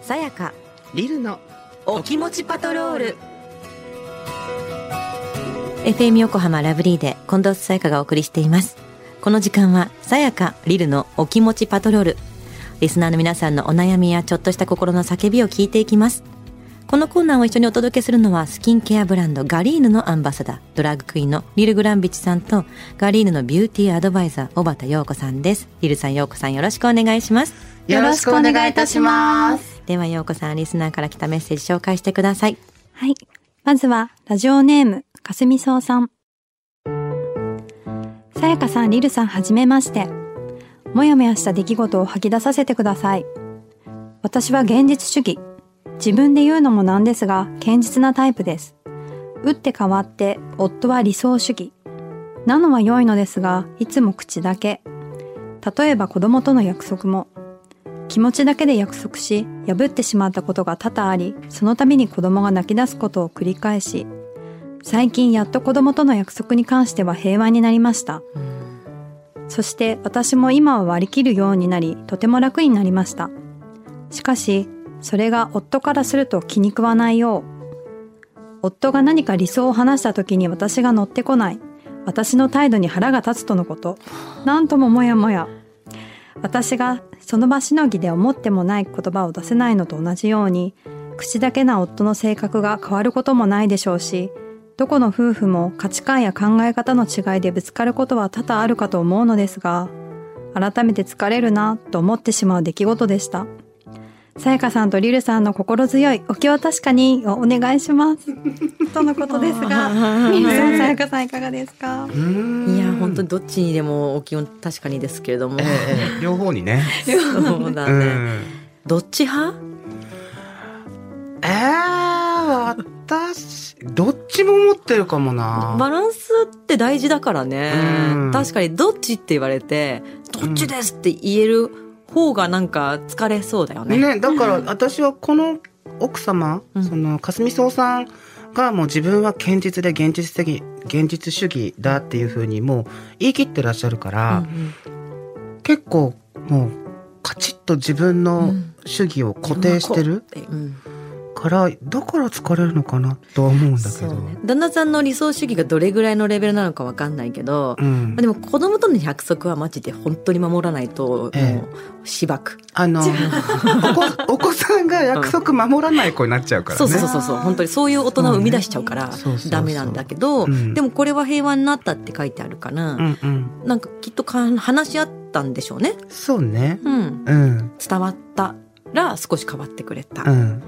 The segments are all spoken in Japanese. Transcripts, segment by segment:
さやかリルのお気持ちパトロール FM 横浜ラブリーで近藤さやかがお送りしていますこの時間はさやかリルのお気持ちパトロールリスナーの皆さんのお悩みやちょっとした心の叫びを聞いていきますこのコーナーを一緒にお届けするのはスキンケアブランドガリーヌのアンバサダードラッグクイーンのリル・グランビチさんとガリーヌのビューティーアドバイザー小畑陽子さんですリルさん陽子さんよろしくお願いしますよろしくお願いいたします。では陽子さんリスナーから来たメッセージ紹介してくださいはい。まずは、ラジオネーム、かすみそうさん。さやかさん、りるさん、はじめまして。もやもやした出来事を吐き出させてください。私は現実主義。自分で言うのもなんですが、堅実なタイプです。打って変わって、夫は理想主義。なのは良いのですが、いつも口だけ。例えば子供との約束も。気持ちだけで約束し破ってしまったことが多々ありその度に子供が泣き出すことを繰り返し最近やっと子供との約束に関しては平和になりましたそして私も今は割り切るようになりとても楽になりましたしかしそれが夫からすると気に食わないよう夫が何か理想を話した時に私が乗ってこない私の態度に腹が立つとのことなんとももやもや私がその場しのぎで思ってもない言葉を出せないのと同じように口だけな夫の性格が変わることもないでしょうしどこの夫婦も価値観や考え方の違いでぶつかることは多々あるかと思うのですが改めて疲れるなと思ってしまう出来事でしたさやかさんとリルさんの心強いお気を確かにをお願いします とのことですがリルさんさやかさんいかがですかいいや本当に、にどっちにでもお気温確かにですけれども、ええ両方にね。 そうだうね、ん。どっち派えー、私どっちも持ってるかもな。バランスって大事だからねうん確かにどっちって言われてどっちですって言える方がなんか疲れそうだよねね、だから私はこの奥様、うんそのかすみそうさんがもう自分は堅実で現実的現実主義だっていうふうにもう言い切ってらっしゃるかうんうら、ん結構もうカチッと自分のうん主義を固定してるうんから、だから疲れるのかなとは思うんだけそど。うね旦那さんの理想主義がどれぐらいのレベルなのかわかんないけど、うんまあ、でも子供との約束はマジで本当に守らないとええもうしばく、あの、お子、お 子さんが約束守らない子になっちゃうからね。そうそうそうそう本当にそういう大人を生み出しちゃうからそうねそうそうそうダメなんだけど、うんでもこれは平和になったって書いてあるから、うんうん。なんかきっとか話し合ったんでしょうね、そうね。うん、うん。伝わったら少し変わってくれたう、ん。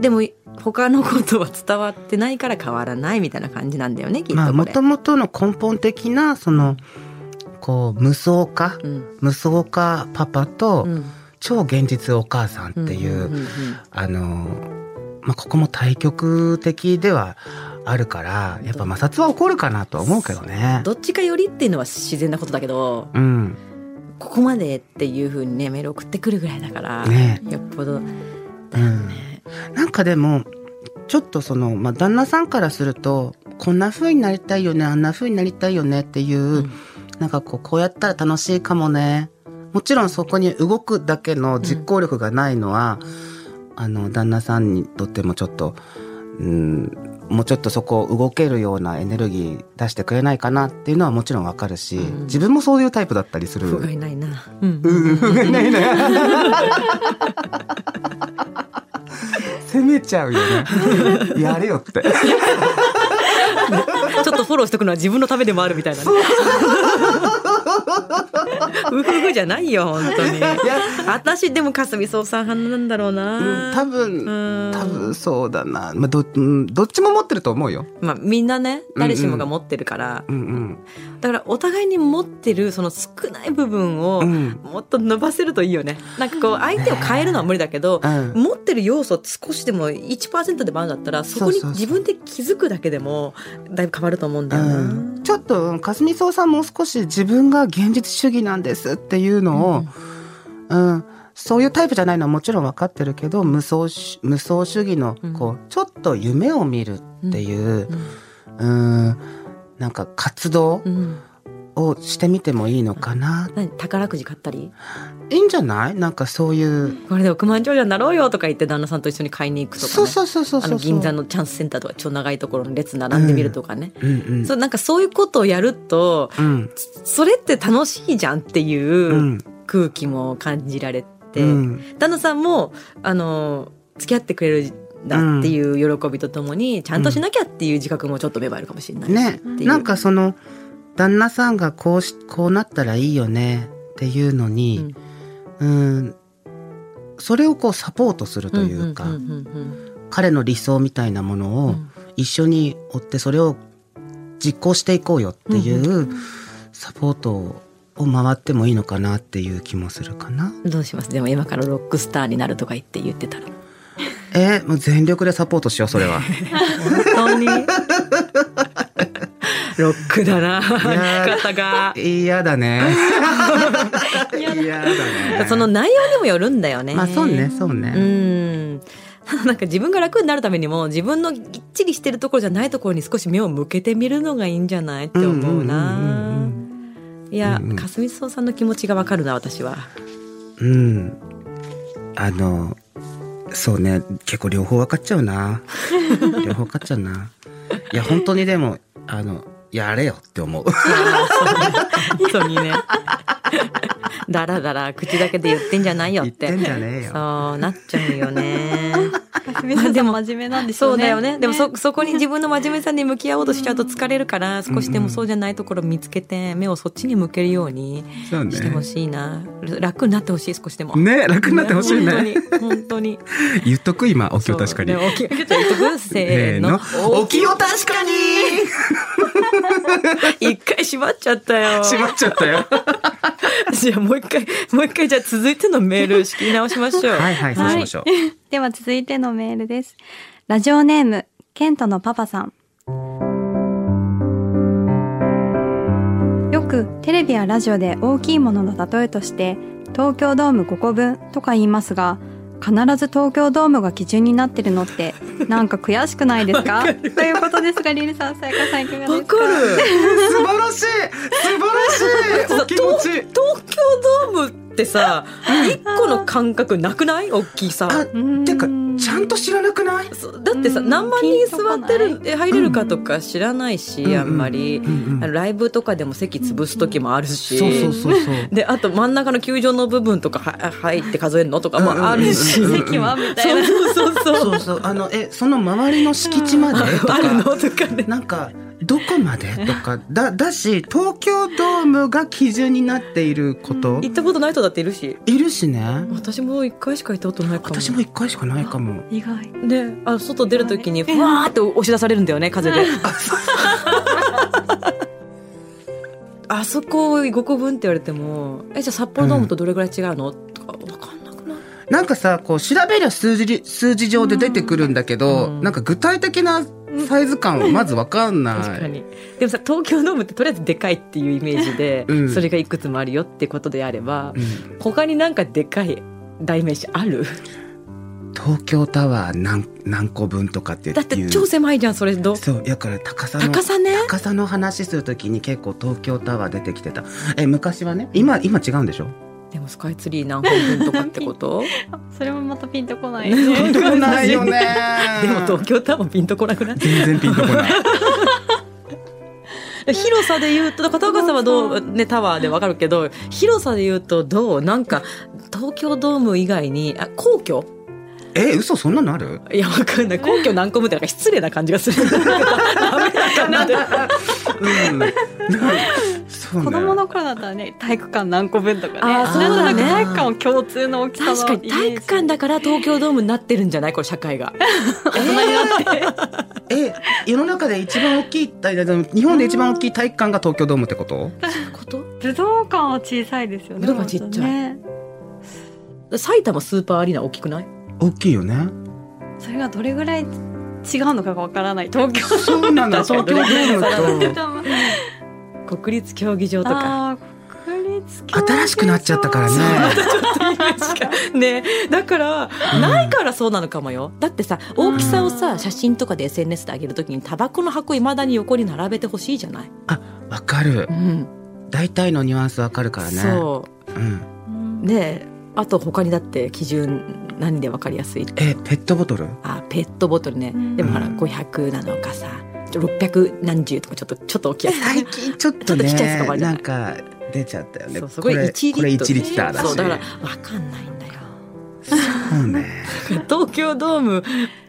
でも他のことは伝わってないから変わらないみたいな感じなんだよねきっとこれ、まあ、もともとの根本的な、その、こう、無双化、うん無双化パパと、うん超現実お母さんっていう、んんんあの、まあ、ここも対極的ではあるから、やっぱ摩擦は起こるかなとは思うけどね。どっちかよりっていうのは自然なことだけどうん。ここまでっていうふうにねメール送ってくるぐらいだから、ねよっぽどね、うん。なんかでも、ちょっとその、まあ、旦那さんからすると、こんな風になりたいよね、あんな風になりたいよねっていう、んなんかこう、こうやったら楽しいかもね。もちろんそこに動くだけの実行力がないのは、あの、旦那さんにとってもちょっと、うん、もうちょっとそこを動けるようなエネルギー出してくれないかなっていうのはもちろんわかるし、うん自分もそういうタイプだったりする。不甲斐ないな、うんうん、不甲斐ないね。責めちゃうよね。やれよって。ちょっとフォローしとくのは自分のためでもあるみたいなねうふふじゃないよ本当にいや、私でもかすみそうさん派なんだろうな、多分、分多分そうだな。まあ、ど、うんどっちも持ってると思うよ。まあみんなね誰しもが持ってるから、うんだからお互いに持ってるその少ない部分を、うん。うん。もっと伸ばせるといいよね。なんかこう相手を変えるのは無理だけど、うん持ってる要素少しでも1%でもあるんだったらそこにそうそうそう自分で気づくだけでもだいぶ変わると思うんだよな。うん、ちょっとうんかすみそうさんもう少し自分が現実主義なんですっていうのを、うんそういうタイプじゃないのはもちろん分かってるけど無双主無双主義のうんこう、ちょっと夢を見るっていう、うんなんか活動うんをしてみてもいいのかな。何宝くじ買ったりいいんじゃないなんかそういう。これで億万長者になろうよとか言って旦那さんと一緒に買いに行くとか、ね、そうそうそうそうあそう。の銀座のチャンスセンターとか超長いところに列並んでみるとかね、うんうん。そうなんかそういうことをやるとうん。。それって楽しいじゃんっていううん空気も感じられて、うん旦那さんもあの付き合ってくれるんだっていう喜びとともに、ちゃんとしなきゃっていう自覚もちょっと芽生えるかもしれないし、ねっていうなんかその旦那さんがこうしこうなったらいいよねっていうのに、うん、それをこうサポートするというか、んんうんうん彼の理想みたいなものうをん一緒に追ってそれを実行していこうよっていうサポートを回ってもいいのかなっていう気もするかな。どうしますでも今からロックスターになるとか言って言ってたらえーもう全力でサポートしようそ れは。本当にロックだなや生き方が嫌 だね。嫌だね。その内容にもよるんだよねまあそうねそううね。ん なんか自分が楽になるためにも自分のぎっちりしてるところじゃないところに少し目を向けてみるのがいいんじゃないって思ううんうんうんうなんいやうんうんかすみそうさんの気持ちがわかるな私 はうん。あの、そうね、結構両方分かっちゃう な。両方分かっちゃうな。いや、本当にでも、あの、やれよって思う。本当にねだらだら口だけで言ってんじゃないよっ言っててんじゃねえよ。そうなっちゃうよねまあでも真面目なんですそよね。うだよねでもそそこに自分の真面目さに向き合おうとしちゃうと疲れるから少しでもそうじゃないところを見つけて目をそっちに向けるようにそうしてほね。しいな、楽になってほしい少しでもね、楽になってほしいね。本当に本当に。言っとく 今、おそうねおきょうちょっと言っとくせーの。お気を確かに一回閉まっちゃったよ。閉まっちゃったよ。じゃあもう一回もう一回じゃあ続いてのメール仕切り直しましょう。はいはい、そうしましょう。では続いてのメールです。ラジオネーム、ケントのパパさん。よくテレビやラジオで大きいものの例えとして、東京ドーム5個分とか言いますが、必ず東京ドームが基準になってるのって、なんか悔しくないですかということですが、リルさん、さやかさんいかがでわすかかる。素晴らしい素晴らしいお気持ち東京ドームってさ一個の感覚なくない大きいさ。あ、うんてか、ちゃんと知らなくないそうだってさうん何万人座ってるえ入れるかとか知らないし、うんあんまり、んうんあのライブとかでも席潰す時もあるし、そうそうそうそう。であと真ん中の球場の部分とかは入って数えるのとかもあるし、うんうんうんうん席はみたいそうな。そうそうそうそうそうあのえその周りの敷地まで とあるのか、とかねなんかどこまでとかだだし東京ドームが基準になっていること行ったことない人だっているしいるしね私も一回しか行ったことないかも私も一回しかないかも意外。であ外出る時にふわーって押し出されるんだよね風であそこ5個分って言われても「えじゃあ札幌ドームとどれぐらい違うの?」とか分かんなくなるなんかさこう調べりゃ数字り数字上で出てくるんだけど、うんなんか具体的なサイズ感はまずわかん確かない。に、でもさ東京ドームってとりあえずでかいっていうイメージで、うんそれがいくつもあるよってことであればうん他になんかでかい代名詞ある東京タワー何何個分とかっていうだって超狭いじゃんそれどそうだから高さの高さね高さの話するときに結構東京タワー出てきてたえ昔はね今今違うんでしょでもスカイツリー何本分とかってことそれもまたピンとこない。ピンとこないよねで でもも東京タワーもピンとこなくない全然ピンとこない広さで言うと片岡さんはどう、ね、タワーでわかるけど広さで言うとどうなんか東京ドーム以外にあ皇居え嘘そんなのあるいやわかんない皇居何個分ってなんか失礼な感じがするダメな感じでうんなんそうね子供の頃だったらね体育館何個分とかねあーなんとなそうだくね体育館を共通の大きさの確かに体育館だから東京ドームになってるんじゃないこれ社会がえ世の中で一番大きい体育館日本で一番大きい体育館が東京ドームってことこと武道館は小さいですよね武道館ちっちゃい本当ね埼玉スーパーアリーナ大きくない大きいよねそれがどれぐらい違うのかがわからない東京そうなんだ東確京かドにームと国立競技場とかあー国立競技場新しくなっちゃったからねねだから、ないからそうなのかもよだってさ大きさをさ写真とかで SNS で上げるときにタバコの箱いまだに横に並べてほしいじゃない、わかるうん、大体のニュアンスわかるからね、そうん、うであと他にだって基準何で分かりやすいえペットボトルあペットボトルね、うんでもほらうん500なのかさちょ600何十とかちょっとちょっと大きいやつ最近ちょっとちょっと来ねちゃいそうかもねなんか出ちゃったよねそうそここでれ1リットルこれ1リッターだしそうだから分かんないんだよそうね東京ドーム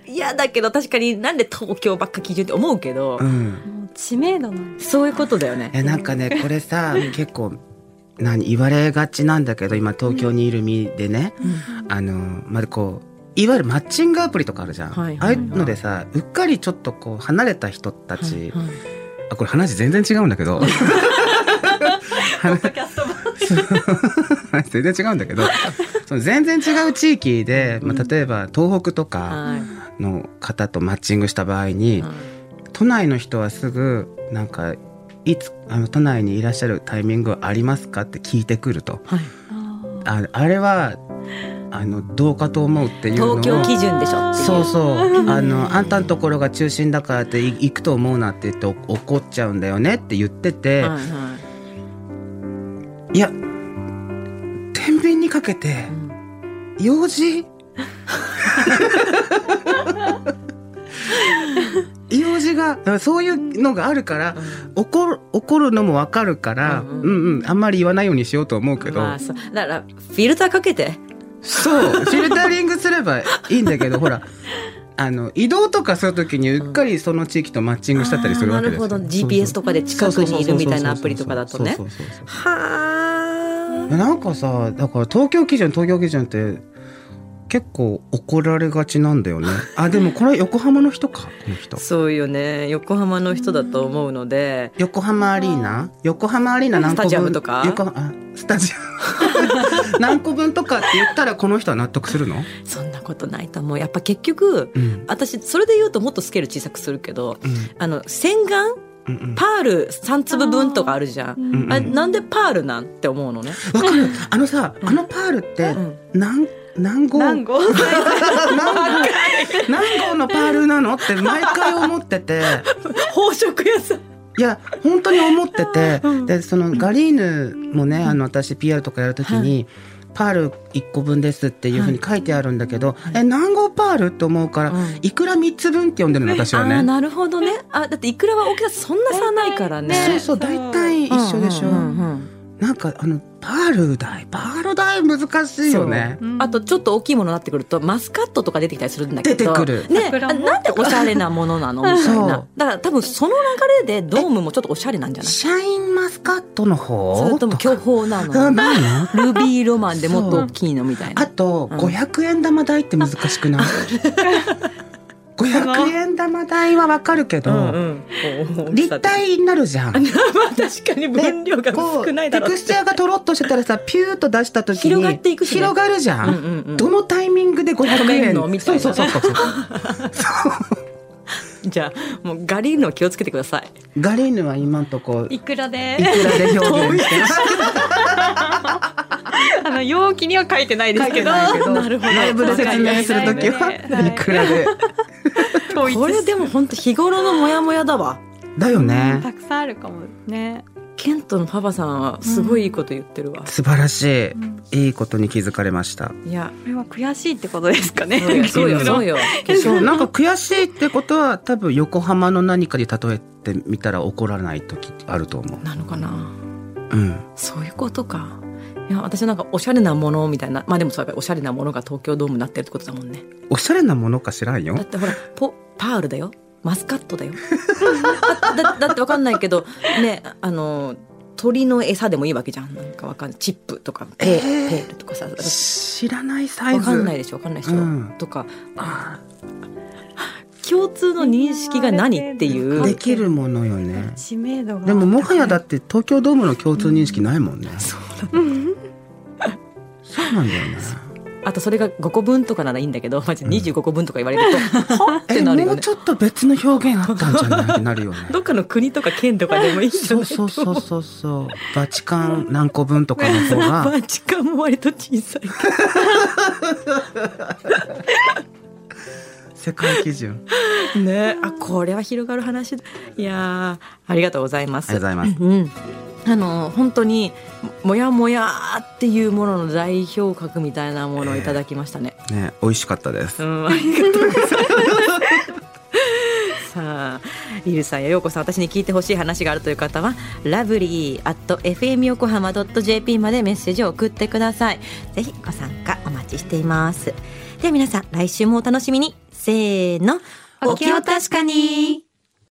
嫌だけど確かになんで東京ばっか基準って思うけど、うんもう知名度のそういうことだよねいやなんかねこれさ結構何言われがちなんだけど今東京にいる身でね、あのまあこういわゆるマッチングアプリとかあるじゃん、はいはいああいうのでさうっかりちょっとこう離れた人たち、はいはいあこれ話全然違うん だけどポッドキャストも話全然違うんだけどその全然違う地域で、まあ、例えば東北とかはいの方とマッチングした場合に、都内の人はすぐなんかいつあの都内にいらっしゃるタイミングはありますかって聞いてくると。はいああれはあのどうかと思うっていうのを東京基準でしょっていうそうそうあのあんたのところが中心だからってい行くと思うなって言ってお怒っちゃうんだよねって言ってて、、はいはいや天秤にかけていうん用事用事がだからそういうのがあるから怒る怒るのもわかるから、ううんんううんんあんまり言わないようにしようと思うけど、まあそうだからフィルターかけてそう、フィルタリングすればいいんだけど、ほら、あの、移動とかするときにうっかりその地域とマッチングしちゃったりするわけですよ。あーなるほど GPS とかで近くにいるみたいなアプリとかだとねそうそうそうそうそうそうはそうなんかさ、だから東京基準、東京基準って、結構怒られがちなんだよね。あ、でもこれは横浜の人か、この人あ。そうよね横浜の人だと思うので横浜アリーナ横浜アリーナ何ス個分タジアムとか横浜あスタジ アム何個分とかって言ったらこの人は納得するの、そんなことないと思うやっぱ結局うん私それで言うともっとスケール小さくするけどうんあの洗顔うんうんパール3粒分とかあるじゃんうんうんあれなんでパールなんて思うのね、わかる。あのさ、あのパールってうん、何、 何号何号何号何号のパールなのって毎回思ってて、 宝飾屋さんいや、本当に思っててうん、で、そのガリーヌもね、あの、私 PR とかやるときに、パール1個分ですっていうふうに書いてあるんだけど、え、何号パールって思うからうん、いくら3つ分って呼んでるの、私あはあーね。なるほどねあだっていくらは大きさそんな差ないからねそうそう、大体一緒でしょ。うんうんうんなんか、あの、パール代、パール代難しいよね。うんあとちょっと大きいものになってくるとマスカットとか出てきたりするんだけど出てくるね、桜もなんでおしゃれなものなのみたい そなうだから多分その流れでドームもちょっとおしゃれなんじゃないシャインマスカットの方それとも巨峰なあのないのルビーロマンでもっと大きいのみたいあなと、うん500円玉代って難しくない 500円玉代はわかるけど、んうん立体になるじゃん。ね確かに分量がこう少ないだろテうクっスてチャーがとろっとしてたらさピューッと出した時に広がっていくしね広がるじゃん、うんうんうんどのタイミングで止500めん円のみたいなそうそうそうそうじゃあもうガリーヌを気をつけてくださいガリーヌは今んとこいいくらで くらで表 現してるあの容器には書いてない書いてないけどなるほどライブで説明するときはライブでねいくらでこれでも本当日頃のモヤモヤだわだよねたくさんあるかもね。ケントのパパさんはすごいいいこと言ってるわ、素晴らしいいいことに気づかれましたいやこれは悔しいってことですかね。そう よそう よそうなんか悔しいってことは多分横浜の何かに例えてみたら怒らない時あると思う。なのかなうん、そういうことか。いや、私なんかおしゃれなものみたいな、まあでもそうやっぱりおしゃれなものが東京ドームになってるってことだもんね。おしゃれなものか知らんよだっ。てほら、ポ、パールだよ。マスカットだよ。だだだってわかんないけど、ね、あの、鳥の餌でもいいわけじゃん。なんかわかんない。チップとか、ペー,、ペールとかさ。わ知らないサイズ。かんないでしょ、わかんないでしょ。うんとか、共通の認識が何っていう。できるものよね。知名度がでももはやだって東京ドームの共通認識ないもんね。そうなんだよね。あとそれが5個分とかならいいんだけど、マジ25個分とか言われると、はってえ、なるよねもうちょっと別の表現あったんじゃないってな るよね。どっかの国とか県とかでもいいんじゃそなういそうそうそうそう。バチカン何個分とかの方が。まあ時間も割と小さいけど世界基準。 ねあこれは広がる話だいやーありがとうございますありがとうございます。うんあの本当にもやもやっていうものの代表格みたいなものをいただきましたね。ね、美味しかったです。うん、ありがとうございます。さあ、リルさんやようこさん、私に聞いてほしい話があるという方は、ラブリー at fm 横浜 .jp までメッセージを送ってください。ぜひご参加お待ちしています。では皆さん、来週もお楽しみに。せーの、お気を確かに